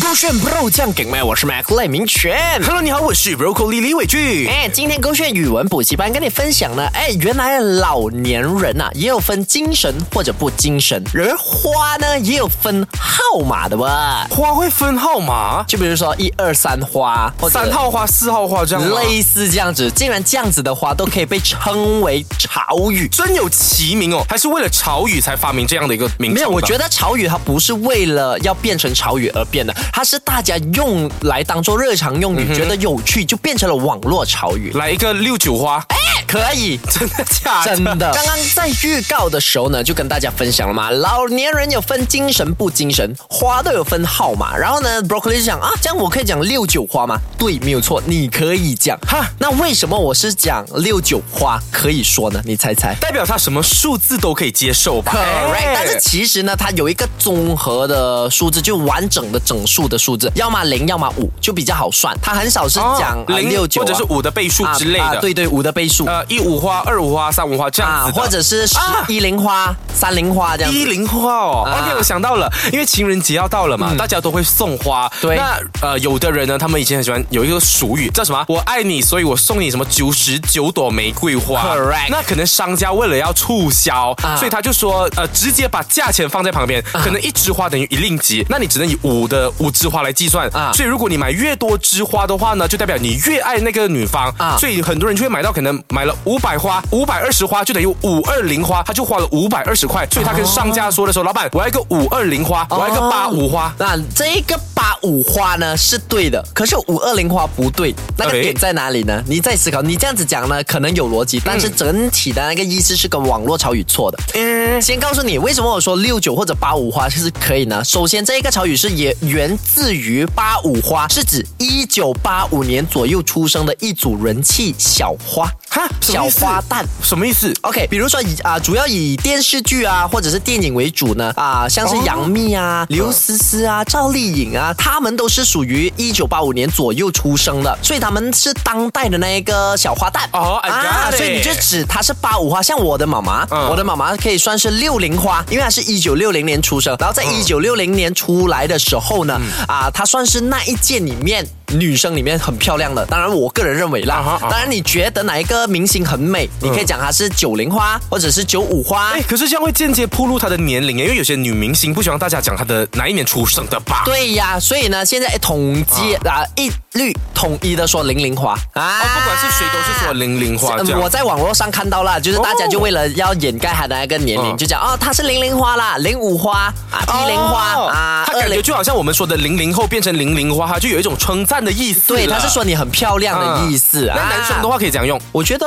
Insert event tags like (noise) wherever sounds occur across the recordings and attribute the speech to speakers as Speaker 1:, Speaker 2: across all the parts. Speaker 1: 勾选 Bro 酱给麦，我是 Mac 赖明 (laughs) 全。
Speaker 2: Hello，你好，我是 Broccoli 李伟俊。
Speaker 1: 哎，今天勾选语文补习班跟你分享呢，哎，原来老年人呐、也有分精神或者不精神，而花呢也有分号码的吧？
Speaker 2: 花会分号码，
Speaker 1: 就比如说一二三花，或者
Speaker 2: 三号花、四号花这样吗。
Speaker 1: 类似这样子，竟然这样子的花都可以被称为潮语。
Speaker 2: 真有其名哦，还是为了潮语才发明这样的一个名字？
Speaker 1: 没有，我觉
Speaker 2: 得
Speaker 1: 得潮语它不是为了要变成潮语而变的，它是大家用来当做日常用语，觉得有趣就变成了网络潮语。
Speaker 2: 来一个六九花，
Speaker 1: 哎可以，
Speaker 2: 真的假的？
Speaker 1: (laughs) 真的。啊刚刚在预告的时候呢，就跟大家分享了嘛，老年人有分精神不精神，花都有分号码。然后呢，Broccoli 就讲啊，这样我可以讲六九花吗？对，没有错，你可以讲。哈，那为什么我是讲六九花可以说呢？你猜猜。
Speaker 2: 代表他什么数字都可以接受吧
Speaker 1: Correct，
Speaker 2: 哎
Speaker 1: 但是其实呢，它有一个综合的数字，就完整的整数的数字，要么零，要么五，就比较好算。它很少是
Speaker 2: 哦
Speaker 1: 讲呃
Speaker 2: 零
Speaker 1: 六九啊
Speaker 2: 或者是五的倍数之类的。
Speaker 1: 对对，五的倍数。
Speaker 2: 呃，一五花、二五花、三五花这样
Speaker 1: 啊，
Speaker 2: 子的，
Speaker 1: 或者是十
Speaker 2: 啊
Speaker 1: 一零花、三零花这样子。
Speaker 2: 一零花哦、
Speaker 1: 啊嗯
Speaker 2: o k 我想到了，因为情人节要到了嘛，大家都会送花。
Speaker 1: 对
Speaker 2: 那呃，有的人呢，他们以前很喜欢有一个俗语叫什
Speaker 1: 嗯
Speaker 2: 么？我爱你，所以我送你什么九十九朵玫瑰花。
Speaker 1: Correct
Speaker 2: 那可能商家为了要促销，
Speaker 1: 啊
Speaker 2: 所以他就说呃，直接把价钱放在旁边，可能一枝花等于一令吉，那你只能以五的五枝花来计算。
Speaker 1: 啊
Speaker 2: 所以如果你买越多枝花的话呢，就代表你越爱那个女方。
Speaker 1: 啊
Speaker 2: 所以很多人就会买到可能买了五百花、五百二十花，就等于五二零花，他就花了五百二十块，所以他跟商家说的时候，老板，我要一个五二零花，
Speaker 1: 哦
Speaker 2: 我要一个八五花。
Speaker 1: 那这个八五花呢是对的，可是五二零花不对，那个
Speaker 2: 哎
Speaker 1: 点在哪里呢？你再思考，你这样子讲呢，可能有逻辑，但是整体的那个意思是跟网络潮语错的。
Speaker 2: 哎
Speaker 1: 先告诉你为什么我说六九或者八五花是可以呢？首先，这一个潮语是也源自于八五花，是指一九八五年左右出生的一组人气小花，
Speaker 2: 哈什么
Speaker 1: 小
Speaker 2: 意思
Speaker 1: 花旦。
Speaker 2: 什么意思？
Speaker 1: OK，比如说以啊、主要以电视剧啊或者是电影为主呢啊、像是
Speaker 2: 哦
Speaker 1: 杨幂啊、刘诗诗啊、赵丽颖啊，她们都是属于一九八五年左右出生的，所以她们是当代的那一个小花旦
Speaker 2: 哦，I got
Speaker 1: 啊，
Speaker 2: it
Speaker 1: 所以你就指她是八五花，像我的妈妈，
Speaker 2: 嗯
Speaker 1: 我的妈妈可以算是六零花，因为她是一九六零年出生，
Speaker 2: 嗯
Speaker 1: 然后在一九六零年出来的时候呢，啊、她算是那一届里面。女生里面很漂亮的，当然我个人认为啦，
Speaker 2: 啊哈啊哈
Speaker 1: 当然你觉得哪一个明星很美，你可以讲她是九零花或者是九五啊花
Speaker 2: 嗯哎，。可是这样会间接暴露她的年龄，因为有些女明星不喜欢大家讲她的哪一年出生的吧？
Speaker 1: 对呀，所以呢，现在哎统计啊一律统一的说零零花啊
Speaker 2: 哦，不管是谁都是说零零花这
Speaker 1: 嗯
Speaker 2: 样
Speaker 1: 我。在网络上看到了，就是大家就为了要掩盖他的那个年龄，
Speaker 2: 嗯
Speaker 1: 就讲哦，他是零零花啦，零五花啊，一零花、
Speaker 2: 哦
Speaker 1: 啊，
Speaker 2: 她
Speaker 1: 二
Speaker 2: 感觉
Speaker 1: 零。
Speaker 2: 就好像我们说的零零后变成零零花，她就有一种称赞的意思了。
Speaker 1: 对，他是说你很漂亮的意思啊。
Speaker 2: 那男生的话可以怎样
Speaker 1: (laughs)
Speaker 2: 用？
Speaker 1: 我觉得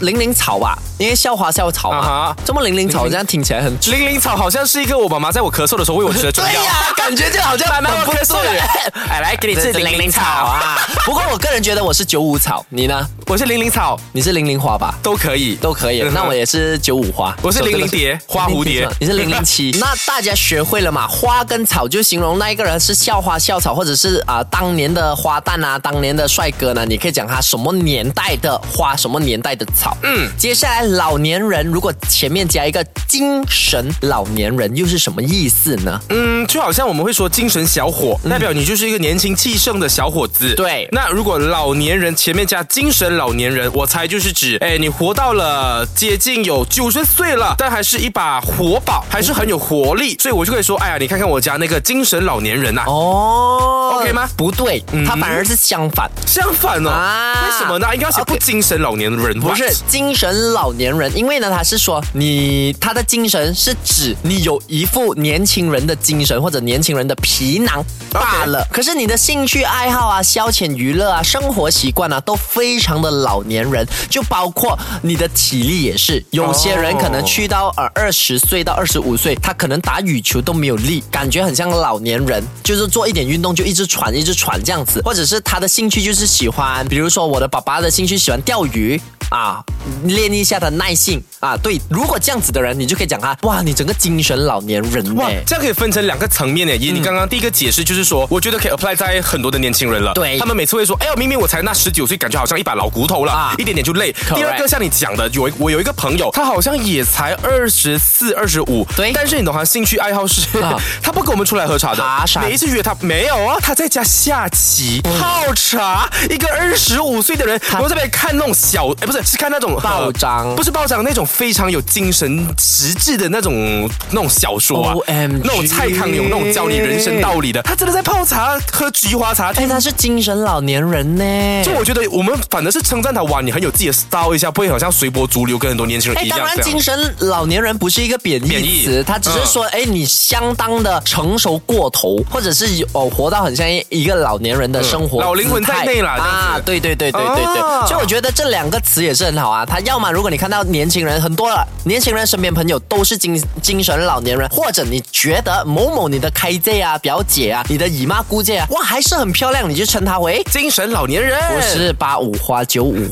Speaker 1: 零零草吧，因为校花校草
Speaker 2: 啊
Speaker 1: 嘛
Speaker 2: 哈，
Speaker 1: 这么零零草这样听起来很
Speaker 2: 零零草好像是一个我妈妈在我咳嗽的时候为我吃
Speaker 1: (laughs)
Speaker 2: 的中药。
Speaker 1: 对呀、感觉就好像
Speaker 2: 慢慢
Speaker 1: 很不
Speaker 2: 咳嗽
Speaker 1: 对
Speaker 2: 了
Speaker 1: 哎，来给你吃
Speaker 2: 这是
Speaker 1: 零零
Speaker 2: 00
Speaker 1: 草啊！不过我个人觉得我是九五草，你呢？
Speaker 2: (laughs) 我是零零草，
Speaker 1: 你是零零花吧？
Speaker 2: 都可以，
Speaker 1: 都可以，那我也是九五花，
Speaker 2: 嗯我是00蝶
Speaker 1: (laughs)
Speaker 2: 花蝴蝶
Speaker 1: 你是零
Speaker 2: (laughs)
Speaker 1: 零七。那大家学会了嘛？花跟草就形容那一个人是校花、校草，或者是啊、当年的花旦啊，当年的帅哥呢，你可以讲他什么年代的花，什么年代的草。嗯，接下来老年人如果前面加一个精神老年人，又是什么意思呢？
Speaker 2: 嗯，就好像我们会说精神小伙，代表你就是一个年轻气盛的小伙子。
Speaker 1: 嗯对
Speaker 2: 那如果老年人前面加精神老年人，我猜就是指，哎，你活到了接近有九十岁了，但还是一把活宝，还是很有活力，所以我就可以说，哎呀，你看看我家那个精神老年人啊呐、
Speaker 1: 哦
Speaker 2: OK 吗嗯
Speaker 1: 不对，他反而是相反。
Speaker 2: 相反哦，
Speaker 1: 啊
Speaker 2: 为什么呢？应该写不
Speaker 1: OK
Speaker 2: 精神老年人，
Speaker 1: 不是
Speaker 2: what？
Speaker 1: 精神老年人，因为呢，他是说你他的精神是指你有一副年轻人的精神或者年轻人的皮囊罢了。可是你的兴趣爱好啊、消遣娱乐啊、生活习惯啊，都非常的老年人，就包括你的体力也是。有些人可能
Speaker 2: 哦
Speaker 1: 去到呃二十岁到二十五岁，他可能打羽球都没有力，感觉很像老年人，就是做一点运动就一直喘一直喘这样子，或者是他的兴趣就是喜欢，比如说我的爸爸的兴趣喜欢钓鱼。啊，练一下他耐性啊。对，如果这样子的人，你就可以讲他，哇，你整个精神老年人呢、
Speaker 2: 哇，这样可以分成两个层面呢。以
Speaker 1: 嗯
Speaker 2: 你刚刚第一个解释，就是说，我觉得可以 apply 在很多的年轻人了。
Speaker 1: 对
Speaker 2: 他们每次会说，哎呦，明明我才那十九岁，感觉好像一把老骨头了，
Speaker 1: 啊
Speaker 2: 一点点就累。第二个像你讲的，有一我有一个朋友，他好像也才二十四、二十五，
Speaker 1: 对
Speaker 2: 但是你懂他兴趣爱好是
Speaker 1: 啊，
Speaker 2: (laughs) 他不跟我们出来喝茶的
Speaker 1: 爬，山
Speaker 2: 每一次约他没有啊，他在家下棋、
Speaker 1: 嗯
Speaker 2: 泡茶。一个二十五岁的人，我在那边看那种小，哎，不是，是看那种
Speaker 1: 报章
Speaker 2: 不是报章那种非常有精神实质的那种那种小说。哇
Speaker 1: OMG
Speaker 2: 那种蔡康永那种教你人生道理的，他真的在泡茶喝菊花茶。
Speaker 1: 哎，他是精神老年人呢、
Speaker 2: 就我觉得我们反而是称赞他，哇，你很有自己的 style 一下，不会好像随波逐流，跟很多年轻人
Speaker 1: 哎
Speaker 2: 一，样
Speaker 1: 当然，
Speaker 2: 这样
Speaker 1: 精神老年人不是一个贬
Speaker 2: 贬
Speaker 1: 义
Speaker 2: 义嗯
Speaker 1: 词，他只是说，哎、你相当的成熟过头，或者是有哦活到很像一个老年人的生活、
Speaker 2: 嗯老灵魂在内啦这样子
Speaker 1: 啊，对对对对对对，
Speaker 2: 啊
Speaker 1: 所以我觉得这两个词也是很好啊。他要么如果你看到年轻人很多了，年轻人身边朋友都是精精神老年人，或者你觉得某某你的 KJ 啊、表姐啊、你的姨妈姑姐啊，哇还是很漂亮，你就称她为
Speaker 2: 精神老年人，
Speaker 1: 不是八五花九五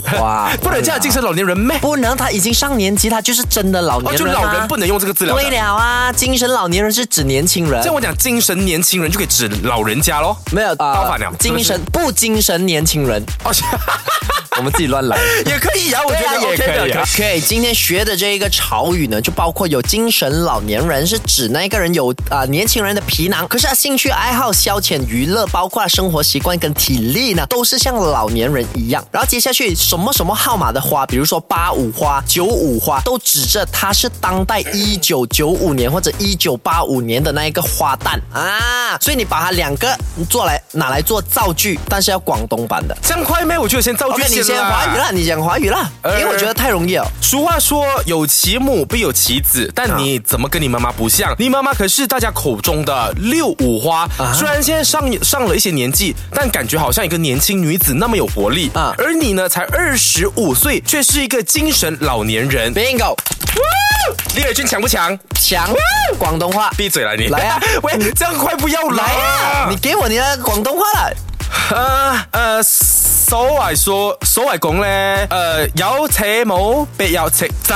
Speaker 2: (laughs)，
Speaker 1: 花啊
Speaker 2: 不能叫精神老年人咩？
Speaker 1: 不能，他已经上年纪，他就是真的老年
Speaker 2: 哦，就
Speaker 1: 人、啊
Speaker 2: 老人不能用这个字了。
Speaker 1: 对了啊，精神老年人是指年轻人
Speaker 2: 这，样我讲精神年轻人就可以指老人家喽。
Speaker 1: 没有啊
Speaker 2: 倒反了
Speaker 1: 精神不精神年轻人，
Speaker 2: 哦，是
Speaker 1: 啊
Speaker 2: (laughs)
Speaker 1: 我们自己乱来。
Speaker 2: 也可以啊，我
Speaker 1: 对
Speaker 2: 觉
Speaker 1: 啊，
Speaker 2: 得
Speaker 1: 也
Speaker 2: OK
Speaker 1: 可
Speaker 2: 的
Speaker 1: 以。。OK，今天学的这一个潮语呢，就包括有精神老年人，是指那一个人有啊、呃年轻人的皮囊，可是啊兴趣爱好、消遣娱乐，包括生活习惯跟体力呢，都是像老年人一样。然后接下去什么什么号码的花，比如说八五花、九五花，都指着它是当代一九九五年或者一九八五年的那一个花旦啊。所以你把它两个做来拿来做造句，但是要广东版的。
Speaker 2: 这样快咩？我觉得先造
Speaker 1: OK，
Speaker 2: 句
Speaker 1: 哦你先
Speaker 2: 啦
Speaker 1: 华语啦，你讲华语啦，因
Speaker 2: 呃
Speaker 1: 为我觉得太容易了。哦
Speaker 2: 俗话说有其母必有其子，但
Speaker 1: 啊
Speaker 2: 你怎么跟你妈妈不像？你妈妈可是大家口中的六五花，
Speaker 1: 啊
Speaker 2: 虽然现在上上了一些年纪，但感觉好像一个年轻女子那么有活力
Speaker 1: 啊
Speaker 2: 啊。而你呢，才二十五岁，却是一个精神老年人。
Speaker 1: Bingo，
Speaker 2: 李伟俊强不强？
Speaker 1: 强广东话，
Speaker 2: 闭嘴了你！
Speaker 1: 来啊
Speaker 2: (laughs) 喂，这样快不要来
Speaker 1: 来呀、
Speaker 2: 啊！
Speaker 1: 你给我你的广东话了。
Speaker 2: 呃呃，所謂說，所謂講咧，誒有且冇，必有直仔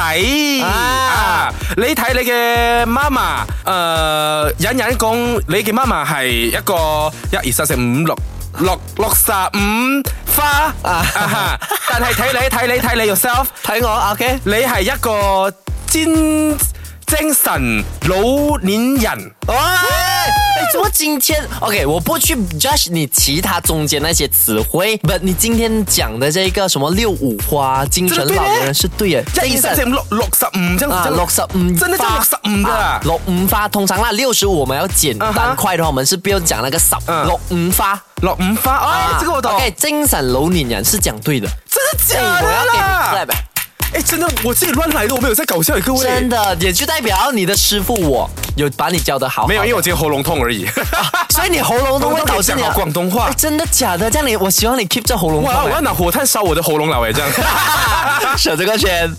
Speaker 1: 啊
Speaker 2: 啊！你睇你嘅媽媽，誒隱隱講你嘅媽媽係一個一二三四五六。六六十五花啊哈！但係睇你睇你睇你 yourself，
Speaker 1: 睇我，OK，
Speaker 2: 你係一個精精神老年人。
Speaker 1: 哇，哎怎么今天 OK？我不去 judge 你其他中间那些词汇，but 你今天讲的这个什么六五花、精神老年人是对的，
Speaker 2: 一二三四五六六十五這樣
Speaker 1: 啊，
Speaker 2: 這樣
Speaker 1: 六十五
Speaker 2: 真的叫六十五㗎
Speaker 1: 啊六五发通常那六十五我们要简单、
Speaker 2: 嗯哼
Speaker 1: 快的话，我们是不用讲那个少，
Speaker 2: 嗯
Speaker 1: 六五发
Speaker 2: 落五花，哎，这个我懂。
Speaker 1: 啊 OK，精神老年人是讲对的，
Speaker 2: 真的假
Speaker 1: 哎我要
Speaker 2: 的
Speaker 1: 给你
Speaker 2: 啦
Speaker 1: clap？哎
Speaker 2: 哎，真的，我自己乱来的，我没有在搞笑，各位。
Speaker 1: 真的，也就代表你的师傅我有把你教的好好
Speaker 2: 没有，因为我今天喉咙痛
Speaker 1: (laughs)
Speaker 2: 而已。
Speaker 1: 所以你喉咙都会导致
Speaker 2: (laughs)
Speaker 1: 你
Speaker 2: 我都可以讲好广东话
Speaker 1: 哎真的假的？这样你，我希望你 keep 着喉咙痛
Speaker 2: 哇，我要
Speaker 1: 哎。
Speaker 2: 拿火炭烧我的喉咙了哎，这样。
Speaker 1: 舍这个圈。